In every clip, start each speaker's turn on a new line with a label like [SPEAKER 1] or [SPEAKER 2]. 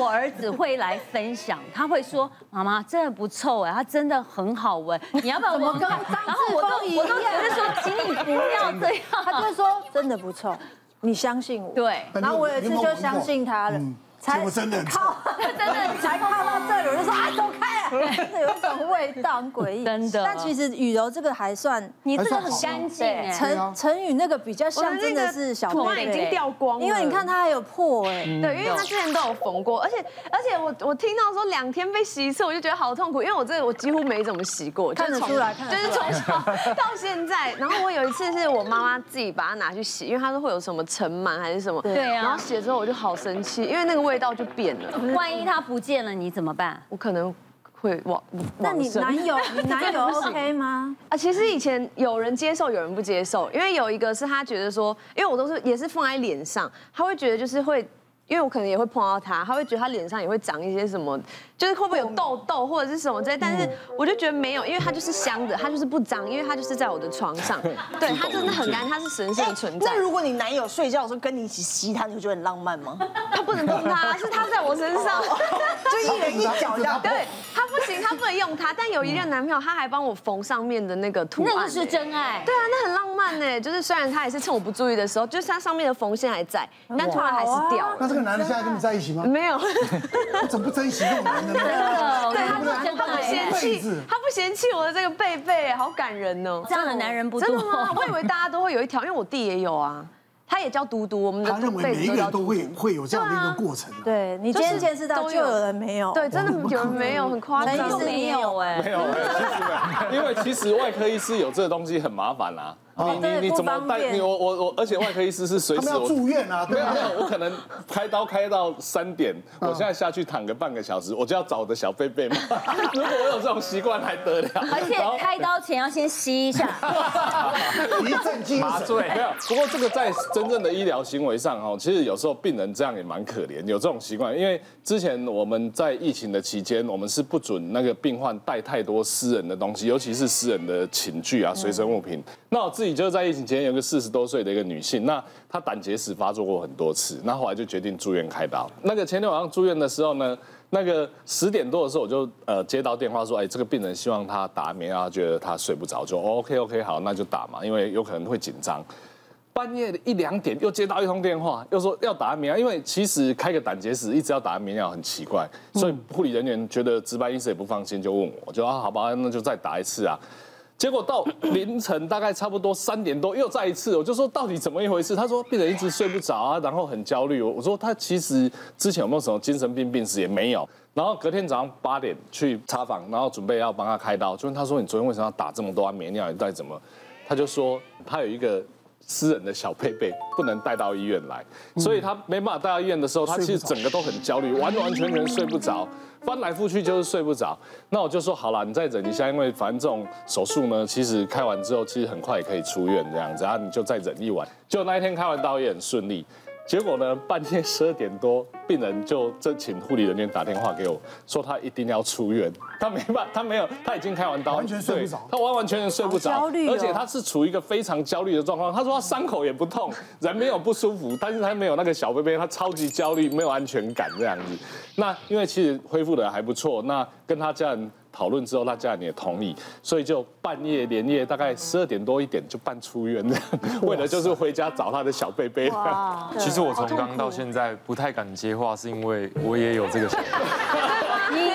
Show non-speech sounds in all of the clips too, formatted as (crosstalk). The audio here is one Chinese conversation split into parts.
[SPEAKER 1] 我儿子会来分享，他会说：“妈妈，真的不臭哎，它真的很好闻，你要不要闻
[SPEAKER 2] 怎么
[SPEAKER 1] 闻
[SPEAKER 2] 跟
[SPEAKER 1] 看？”
[SPEAKER 2] 张
[SPEAKER 1] 然后我
[SPEAKER 2] 志
[SPEAKER 1] 都
[SPEAKER 2] 峰一
[SPEAKER 1] 我都只是
[SPEAKER 2] 样？
[SPEAKER 1] 说，请你不要这
[SPEAKER 2] 他
[SPEAKER 1] 样。
[SPEAKER 2] 就说真的不错，你相信我。
[SPEAKER 1] 对
[SPEAKER 2] 然后我有一次就相信他了
[SPEAKER 3] 嗯，
[SPEAKER 2] 才
[SPEAKER 3] 结果真的很臭
[SPEAKER 2] 靠， (laughs)
[SPEAKER 1] 真的
[SPEAKER 2] 才靠到这里，我就说啊，走 (laughs) 开啊，这有一种味道，很诡异。
[SPEAKER 1] 真的
[SPEAKER 2] 但其实雨柔这个还算。
[SPEAKER 1] 你这个
[SPEAKER 3] 还算
[SPEAKER 1] 很
[SPEAKER 3] 好
[SPEAKER 1] 干净哎，
[SPEAKER 3] 对啊
[SPEAKER 2] 陈陈宇那个比较
[SPEAKER 4] 我的
[SPEAKER 2] 像真的是小
[SPEAKER 4] 图
[SPEAKER 2] 贝
[SPEAKER 4] 案已经
[SPEAKER 2] 贝，
[SPEAKER 4] 掉光了，嗯
[SPEAKER 2] 因为你看它还有破哎，
[SPEAKER 4] 对，因为他之前都有缝过，而且而且我我听到说两天被洗一次，我就觉得好痛苦，因为我这我几乎没怎么洗过，就是
[SPEAKER 2] 看得
[SPEAKER 4] 从
[SPEAKER 2] 出来看得
[SPEAKER 4] 就是从小
[SPEAKER 2] (laughs)
[SPEAKER 4] 到现在。然后我有一次是我妈妈自己把它拿去洗，因为她说会有什么尘螨还是什么，
[SPEAKER 1] 对啊
[SPEAKER 4] 然后洗了之后我就好生气，因为那个味道就变了，
[SPEAKER 1] 万一它不见了，你怎么办？
[SPEAKER 4] 我可能会往
[SPEAKER 2] 那你
[SPEAKER 4] 往生
[SPEAKER 2] 男友，你男友 OK 吗？
[SPEAKER 4] 啊，其实以前有人接受，有人不接受，因为有一个是他觉得说，因为我都是也是放在脸上，他会觉得就是会。因为我可能也会碰到他，他会觉得他脸上也会长一些什么， (laughs) 就是会不会有痘痘或者是什么之类，但是我就觉得没有，因为它就是香的，它就是不脏，因为它就是在我的床 (laughs) 上，对，它真的很干，它是神圣的存在
[SPEAKER 5] 哎那。如果你男友睡觉的时候跟你一起吸它，你会觉得很浪漫 (laughs) 吗？
[SPEAKER 4] (laughs) 他不能碰它，是它在我身上。
[SPEAKER 5] 就一人一脚这样。
[SPEAKER 4] (laughs) 对，他不行，他不能用它。但有一任男朋友，他还帮我缝上面的那个图案。
[SPEAKER 1] 那个是真爱。
[SPEAKER 4] 对啊，那很浪漫呢。就是虽然他也是趁我不注意的时候，就是它上面的缝线还在，但突然还是掉了。
[SPEAKER 3] 那这个男的现在跟你在一起吗？
[SPEAKER 4] 没有，
[SPEAKER 3] 我怎么不珍惜这种嗯男的呢？
[SPEAKER 1] 对
[SPEAKER 4] 对，他不他不 (laughs) 嫌
[SPEAKER 3] 一辈
[SPEAKER 4] 弃
[SPEAKER 3] 子，
[SPEAKER 4] 他不嫌弃我的这个贝贝，好感人哦。
[SPEAKER 1] 这样的男人不多
[SPEAKER 4] 真的吗？我以为大家都会有一条，因为我弟也有啊，他也叫嘟嘟，我们的
[SPEAKER 3] 他认为
[SPEAKER 4] 贝
[SPEAKER 3] 每一个
[SPEAKER 4] 子都叫
[SPEAKER 3] 人
[SPEAKER 4] 嘟
[SPEAKER 3] 都会会有这样的一个过程啊。
[SPEAKER 2] 对你今天见识到，就有人没有。
[SPEAKER 4] 对，真的有人没有，很夸
[SPEAKER 2] 陈
[SPEAKER 4] 张
[SPEAKER 2] 医。师你有
[SPEAKER 1] 哎
[SPEAKER 6] 没有，其实 (laughs) 没有，因为其实外科医师有这个东西很麻烦啦、
[SPEAKER 3] 哦
[SPEAKER 6] 你
[SPEAKER 2] 哦对
[SPEAKER 6] 你你
[SPEAKER 2] 不
[SPEAKER 6] 怎么
[SPEAKER 2] 方
[SPEAKER 6] 带
[SPEAKER 2] 便
[SPEAKER 6] 你我我我，而且外科医师是随
[SPEAKER 3] 他
[SPEAKER 6] 时
[SPEAKER 3] 们要
[SPEAKER 6] 我
[SPEAKER 3] 住院啊，
[SPEAKER 6] 没
[SPEAKER 3] 对
[SPEAKER 6] 有
[SPEAKER 3] 吧
[SPEAKER 6] 没？有，我可能开刀开到三点，
[SPEAKER 3] 嗯
[SPEAKER 6] 我现在下去躺个半个小时，我就要找我的小贝贝嘛。 (laughs) 如果我有这种习惯还得了？
[SPEAKER 1] (laughs) 而且
[SPEAKER 6] 然后
[SPEAKER 1] 开刀前要先吸一下，
[SPEAKER 2] (laughs)
[SPEAKER 3] 一阵精
[SPEAKER 6] 麻
[SPEAKER 3] 神。
[SPEAKER 6] 醉没有。不过这个在真正的医疗行为上哦，其实有时候病人这样也蛮可怜，有这种习惯。因为之前我们在疫情的期间，我们是不准那个病患带太多私人的东西，尤其是私人的寝具啊、随身物品。那我自己就在疫情期间有个四十多岁的一个女性，那她胆结石发作过很多次，那后来就决定住院开刀。那个前天晚上住院的时候呢。那个十点多的时候，我就呃接到电话说，哎，这个病人希望他打眠药，他觉得他睡不着，就、哦 OK OK 好，那就打嘛，因为有可能会紧张。半夜一两点又接到一通电话，又说要打啊棉药，因为其实开个胆结石一直要打棉药很奇怪，所以护理人员觉得值班医师也不放心，就问我，就啊好吧，那就再打一次啊。结果到凌晨大概差不多三点多又再一次，我就说到底怎么一回事？他说病人一直睡不着啊，然后很焦虑。我我说他其实之前有没有什么精神病病史也没有。然后隔天早上八点去查房，然后准备要帮他开刀，就问他说你昨天为什么要打这么多啊安眠药？你到底怎么？他就说他有一个私人的小佩佩不能带到医院来，所以他没办法带到医院的时候，他其实整个都很焦虑，完完全全睡不着，翻来覆去就是睡不着。那我就说好了，你再忍一下，因为反正这种手术呢，其实开完之后，其实很快也可以出院这样子，啊，你就再忍一晚。就那一天开完刀也很顺利。结果呢，半夜十二点多，病人就这请护理人员打电话给我，说他一定要出院，他没办，他没有，他已经开完刀，
[SPEAKER 3] 完全睡不着
[SPEAKER 6] 对他完完全全睡不着，
[SPEAKER 2] 好焦虑哦
[SPEAKER 6] 而且他是处于一个非常焦虑的状况。他说他伤口也不
[SPEAKER 2] (laughs)
[SPEAKER 6] 痛，人没有不舒服，但是他没有那个小贝贝，他超级焦虑，没有安全感这样子。那因为其实恢复的还不错，那跟他家人讨论之后，他家人也同意，所以就半夜连夜大概十二点多一点就办出院这样，为了就是回家找他的小贝贝这样。
[SPEAKER 7] 其实我从刚到现在不太敢接话，是因为我也有这个想法。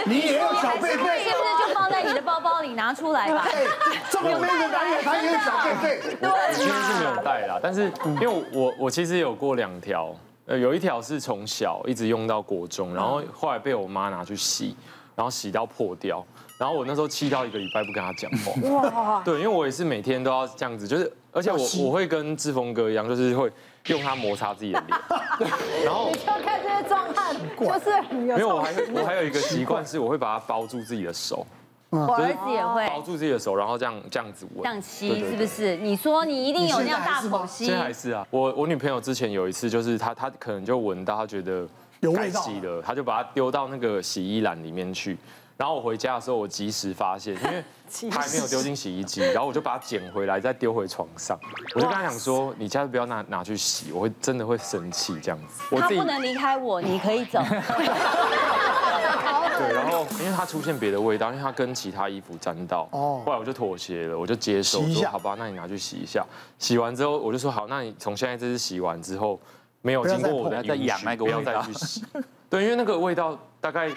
[SPEAKER 3] 你也有小贝贝
[SPEAKER 1] 是，不是就放在你的包包里拿出来吧？
[SPEAKER 3] 哎，这么 man 的男人，他也有小贝贝。
[SPEAKER 7] 今天是没有带啦，但是
[SPEAKER 2] 嗯
[SPEAKER 7] 因为我我其实有过两条，呃，有一条是从小一直用到国中，
[SPEAKER 2] 嗯
[SPEAKER 7] 然后后来被我妈拿去洗，然后洗到破掉，然后我那时候气到一个礼拜不跟她讲话。对，因为我也是每天都要这样子，就是而且我我会跟志峰哥一样，就是会用它摩擦自己的
[SPEAKER 2] (laughs)
[SPEAKER 7] 脸。
[SPEAKER 2] 就看这些壮汉，就是很有
[SPEAKER 7] 没有，我还我还有一个习惯是，我会把它包住自己的手，
[SPEAKER 1] 我儿子也会
[SPEAKER 7] 包住自己的手，然后这样这样子
[SPEAKER 1] 这样
[SPEAKER 7] 闻。
[SPEAKER 1] 吸，是不是？你说你一定有那样大口吸
[SPEAKER 7] 现，在还是啊，我我女朋友之前有一次，就是她她可能就闻到，她觉得
[SPEAKER 3] 有味
[SPEAKER 7] 该
[SPEAKER 3] 道啊
[SPEAKER 7] 洗了，她就把它丢到那个洗衣篮里面去。然后我回家的时候，我及时发现，因
[SPEAKER 3] (laughs)
[SPEAKER 7] 为它还没有丢进洗衣机，然后我就把它捡回来，再丢回床上。我就跟他讲说，你下次不要拿拿去洗，我会真的会生气这样子。我
[SPEAKER 1] 他
[SPEAKER 7] 自己
[SPEAKER 1] 不能离开我，你可以
[SPEAKER 7] (laughs)
[SPEAKER 1] 走。
[SPEAKER 7] 对，然后因为它出现别的味道，因为它跟其他衣服沾到，
[SPEAKER 3] 哦
[SPEAKER 7] 哦，后来我就妥协了，我就接受，
[SPEAKER 3] 洗
[SPEAKER 7] 我
[SPEAKER 3] 一下
[SPEAKER 7] 说好吧，那你拿去洗一下。洗完之后，我就说好，那你从现在这次洗完之后，没有
[SPEAKER 3] 不要
[SPEAKER 7] 经
[SPEAKER 3] 再
[SPEAKER 7] 过我的
[SPEAKER 8] 碰不要再
[SPEAKER 7] 允许
[SPEAKER 8] 养那个
[SPEAKER 7] 不要
[SPEAKER 8] 味道
[SPEAKER 7] 再去洗。对，因为那个味道大概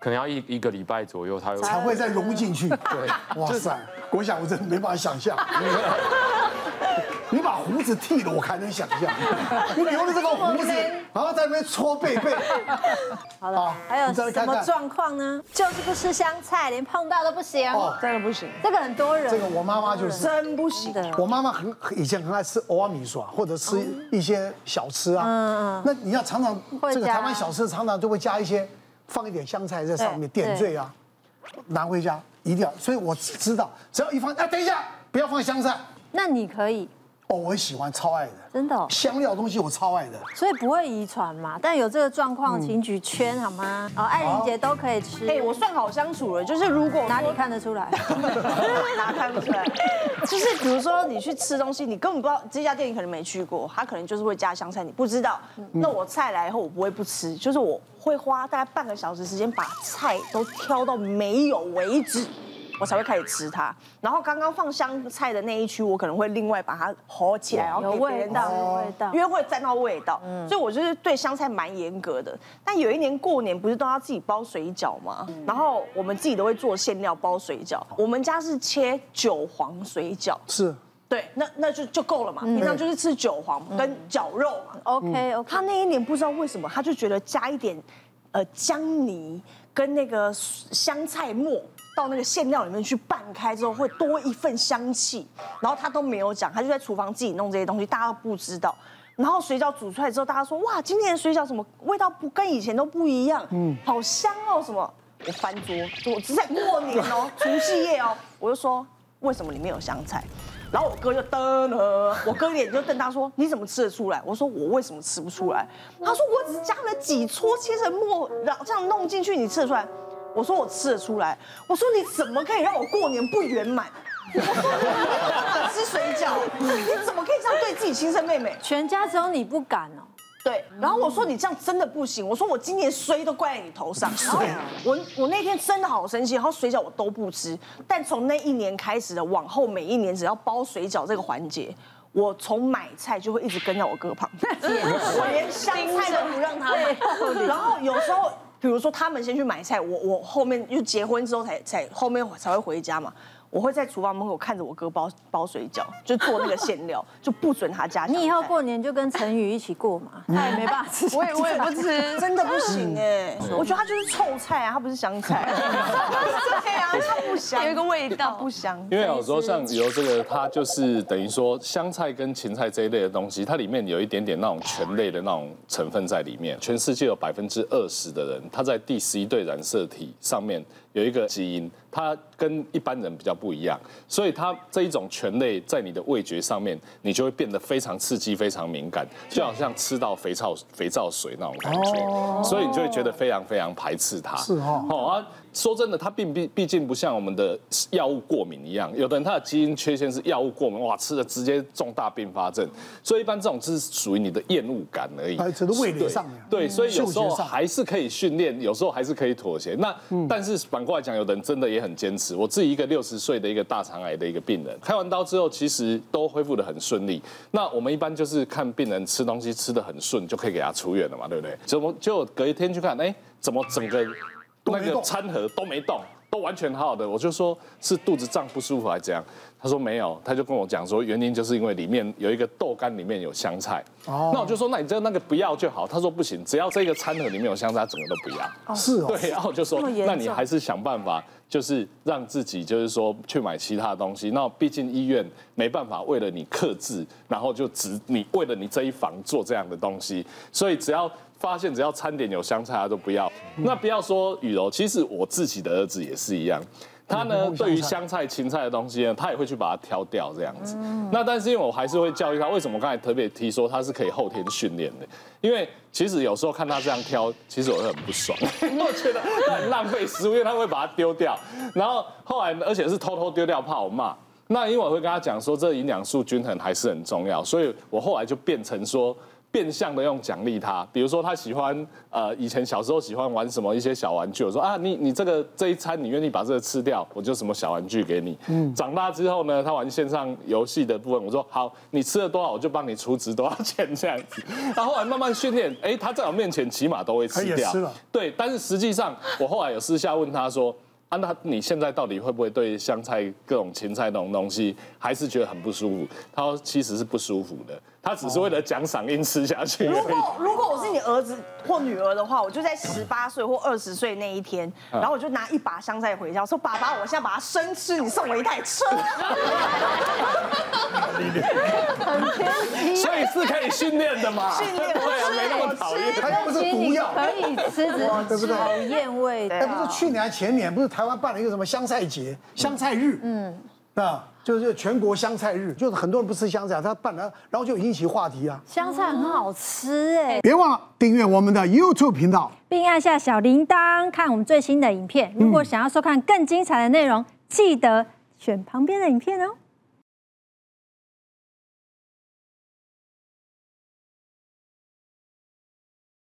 [SPEAKER 7] 可能要一一个礼拜左右，它又
[SPEAKER 3] 才会再融进去。对，哇塞，我想我真的没办法想象。你把胡子剃了，我还能想 (laughs) 象。你留了这个胡子，然后在那边搓背背。
[SPEAKER 2] 好
[SPEAKER 3] 好
[SPEAKER 2] 了，还有
[SPEAKER 3] 你再来
[SPEAKER 2] 什
[SPEAKER 3] 看
[SPEAKER 2] 么
[SPEAKER 3] 看
[SPEAKER 2] 状况呢？就是不吃香菜，连碰到都不行。
[SPEAKER 3] 哦，
[SPEAKER 4] 真的不行。
[SPEAKER 2] 这个很多人，
[SPEAKER 3] 这个我妈妈就是，
[SPEAKER 5] 真不行的。
[SPEAKER 3] 我妈妈很很以前很爱吃欧阿米耍，或者吃
[SPEAKER 5] 嗯
[SPEAKER 3] 一些小吃啊。那你要常常
[SPEAKER 2] 会
[SPEAKER 3] 这个
[SPEAKER 2] 加
[SPEAKER 3] 台湾小吃常常就会加一些放一点香菜在上面
[SPEAKER 2] 对
[SPEAKER 3] 点缀啊，拿回家一定要。所以我知道，只要一放，哎，等一下，不要放香菜。
[SPEAKER 2] 那你可以
[SPEAKER 3] 哦，我很喜欢，超爱的。
[SPEAKER 2] 真的哦，
[SPEAKER 3] 香料东西我超爱的，
[SPEAKER 2] 所以不会遗传嘛。但有这个状况，请举圈好吗？哦，艾琳姐都可以吃。
[SPEAKER 5] 哎，我算好相处了，就是如果 (laughs)
[SPEAKER 2] 哪里看得出来？
[SPEAKER 3] 嗯
[SPEAKER 5] 哪看不出来？就是比如说你去吃东西，你根本不知道这家店你可能没去过，它可能就是会加香菜，你不知道。那我菜来以后，我不会不吃，就是我会花大概半个小时时间把菜都挑到没有为止。我才会开始吃它，然后刚刚放香菜的那一区，我可能会另外把它吼起来，然后
[SPEAKER 2] 有
[SPEAKER 5] 给别
[SPEAKER 2] 味
[SPEAKER 5] 人到
[SPEAKER 2] 道，有味道嗯
[SPEAKER 5] 因。为会沾到味道，所以我就是对香菜蛮严格的。但有一年过年不是都要自己包水饺吗？
[SPEAKER 2] 嗯
[SPEAKER 5] 然后我们自己都会做馅料包水饺，我们家是切韭黄水饺，
[SPEAKER 3] 是
[SPEAKER 5] 对，那那就就够了
[SPEAKER 2] 嗯
[SPEAKER 5] 嘛。平常就是吃韭黄跟绞肉嘛。
[SPEAKER 2] OK OK，
[SPEAKER 5] 他那一年不知道为什么，他就觉得加一点呃姜泥跟那个香菜末到那个馅料里面去拌开之后，会多一份香气。然后他都没有讲，他就在厨房自己弄这些东西，大家都不知道。然后水饺煮出来之后，大家说哇，今天的水饺什么味道不跟以前都不一样，嗯，好香哦什么。我翻桌，我只在过年哦，除夕夜哦，我就说为什么里面有香菜？然后我哥就噔了，我哥脸就瞪他说：“你怎么吃得出来？”我说：“我为什么吃不出来？”他说：“我只加了几撮切成末，然后这样弄进去，你吃得出来？”我说：“我吃得出来。”我说：“你怎么可以让我过年不圆满？”我说：“你没有办法吃水饺，你怎么可以这样对自己亲生妹妹
[SPEAKER 2] 全家只有你不敢哦。？”
[SPEAKER 5] 对，然后我说：“你这样真的不行。”我说：“我今年衰都怪在你头上。”然后我我那天真的好生气，然后水饺我都不吃，但从那一年开始的往后，每一年只要包水饺这个环节。我从买菜就会一直跟在我哥旁边，我连香菜都不让他买。然后有时候，比如说他们先去买菜，我我后面就结婚之后才才后面才会回家嘛，我会在厨房门口看着我哥包包水饺，就做那个馅料，就不准他加香菜。
[SPEAKER 2] 你以后过年就跟陈宇一起过嘛，
[SPEAKER 3] 嗯
[SPEAKER 2] 他也没办
[SPEAKER 3] (laughs)
[SPEAKER 2] 法吃。
[SPEAKER 4] 我也我也不吃，
[SPEAKER 5] 真的不行哎、
[SPEAKER 4] 嗯
[SPEAKER 5] 我觉得它就是臭菜啊，它不是香菜。
[SPEAKER 4] (laughs)
[SPEAKER 5] 对啊，它不香，
[SPEAKER 4] 有一个味道
[SPEAKER 5] 它不香。
[SPEAKER 6] 因为有时候像油这个，它就是等于说香菜跟芹菜这一类的东西，它里面有一点点那种醛类的那种成分在里面。全世界有百分之二十的人，他在第十一对染色体上面有一个基因，它跟一般人比较不一样，所以它这一种醛类在你的味觉上面，你就会变得非常刺激、非常敏感，就好像吃到肥皂肥皂水那种感觉，所以你就会觉得非常非常排斥它。
[SPEAKER 3] 是哦
[SPEAKER 6] 哦啊，说真的，它并毕毕竟不像我们的药物过敏一样，有的人他的基因缺陷是药物过敏，哇，吃了直接重大并发症，所以一般这种是属于你的厌恶感而已，
[SPEAKER 3] 哎只是味蕾
[SPEAKER 6] 对
[SPEAKER 3] 上面
[SPEAKER 6] 对，所以有时候
[SPEAKER 3] 嗅觉上嗯
[SPEAKER 6] 还是可以训练，有时候还是可以妥协。那但是反过来讲，有的人真的也很坚持。我自己一个六十岁的一个大肠癌的一个病人，开完刀之后其实都恢复的很顺利。那我们一般就是看病人吃东西吃的很顺，就可以给他出院了嘛，对不对？怎么就隔一天去看，哎，怎么整个
[SPEAKER 3] 没
[SPEAKER 6] 那
[SPEAKER 3] 动
[SPEAKER 6] 个餐盒都没动，都完全好好的。我就说是肚子胀不舒服还是怎样？他说没有，他就跟我讲说原因就是因为里面有一个豆干里面有香菜。
[SPEAKER 3] 哦
[SPEAKER 6] 那我就说那你就那个不要就好。他说不行，只要这个餐盒里面有香菜，他整个都不要。
[SPEAKER 3] 是哦，
[SPEAKER 6] (laughs) 对，然后我就说，那你还是想办法，就是让自己就是说去买其他东西。那毕竟医院没办法为了你克制，然后就只你为了你这一房做这样的东西，所以只要。发现只要餐点有香菜，他都不要。那不要说雨柔，其实我自己的儿子也是一样，他
[SPEAKER 3] 也
[SPEAKER 6] 呢
[SPEAKER 3] 不会
[SPEAKER 6] 对于
[SPEAKER 3] 像
[SPEAKER 6] 香菜、芹菜的东西呢，他也会去把它挑掉这样子。那但是因为我还是会教育他，为什么我刚才特别提说他是可以后天训练的？因为其实有时候看他这样挑，其实我会很不爽，我觉得他很浪费食物，因为他会把它丢掉。然后后来呢，而且是偷偷丢掉，怕我骂。那因为我会跟他讲说，这营养素均衡还是很重要，所以我后来就变成说。变相的用奖励他，比如说他喜欢呃，以前小时候喜欢玩什么一些小玩具，我说啊，你你这个这一餐你愿意把这个吃掉，我就什么小玩具给你。嗯，长大之后呢，他玩线上游戏的部分，我说好，你吃了多少我就帮你出值多少钱这样子。他后来慢慢训练，哎、他在我面前起码都会吃
[SPEAKER 3] 哎也
[SPEAKER 6] 掉。
[SPEAKER 3] 吃了
[SPEAKER 6] 对，但是实际上我后来有私下问他说。啊，那你现在到底会不会对香菜、各种芹菜那种东西，还是觉得很不舒服？他说其实是不舒服的，他只是为了奖赏硬吃下去而
[SPEAKER 5] 如
[SPEAKER 6] 已。
[SPEAKER 5] 果哦如果我是你儿子或女儿的话，我就在十八岁或二十岁那一天，
[SPEAKER 6] 嗯
[SPEAKER 5] 然后我就拿一把香菜回家，我说爸爸，我现在把它生吃，你送我一台车。 (laughs)
[SPEAKER 6] 所以是可以训练的嘛？
[SPEAKER 5] 训练
[SPEAKER 6] 对啊，没那么讨厌。
[SPEAKER 3] 他又不是毒药，
[SPEAKER 1] 可以吃，
[SPEAKER 3] 对不对？
[SPEAKER 2] 讨厌味
[SPEAKER 3] 哎，
[SPEAKER 2] 道。
[SPEAKER 3] 不是去年还前年，不是台湾办了一个什么香菜节、香菜日，嗯，啊，就是全国香菜日，就是很多人不吃香菜，他办了，然后就引起话题啊。
[SPEAKER 2] 香菜很好吃哎，
[SPEAKER 3] 别忘了订阅我们的 YouTube 频道。
[SPEAKER 8] 并按下小铃铛看我们最新的影片。如果想要收看更精彩的内容，记得选旁边的影片哦。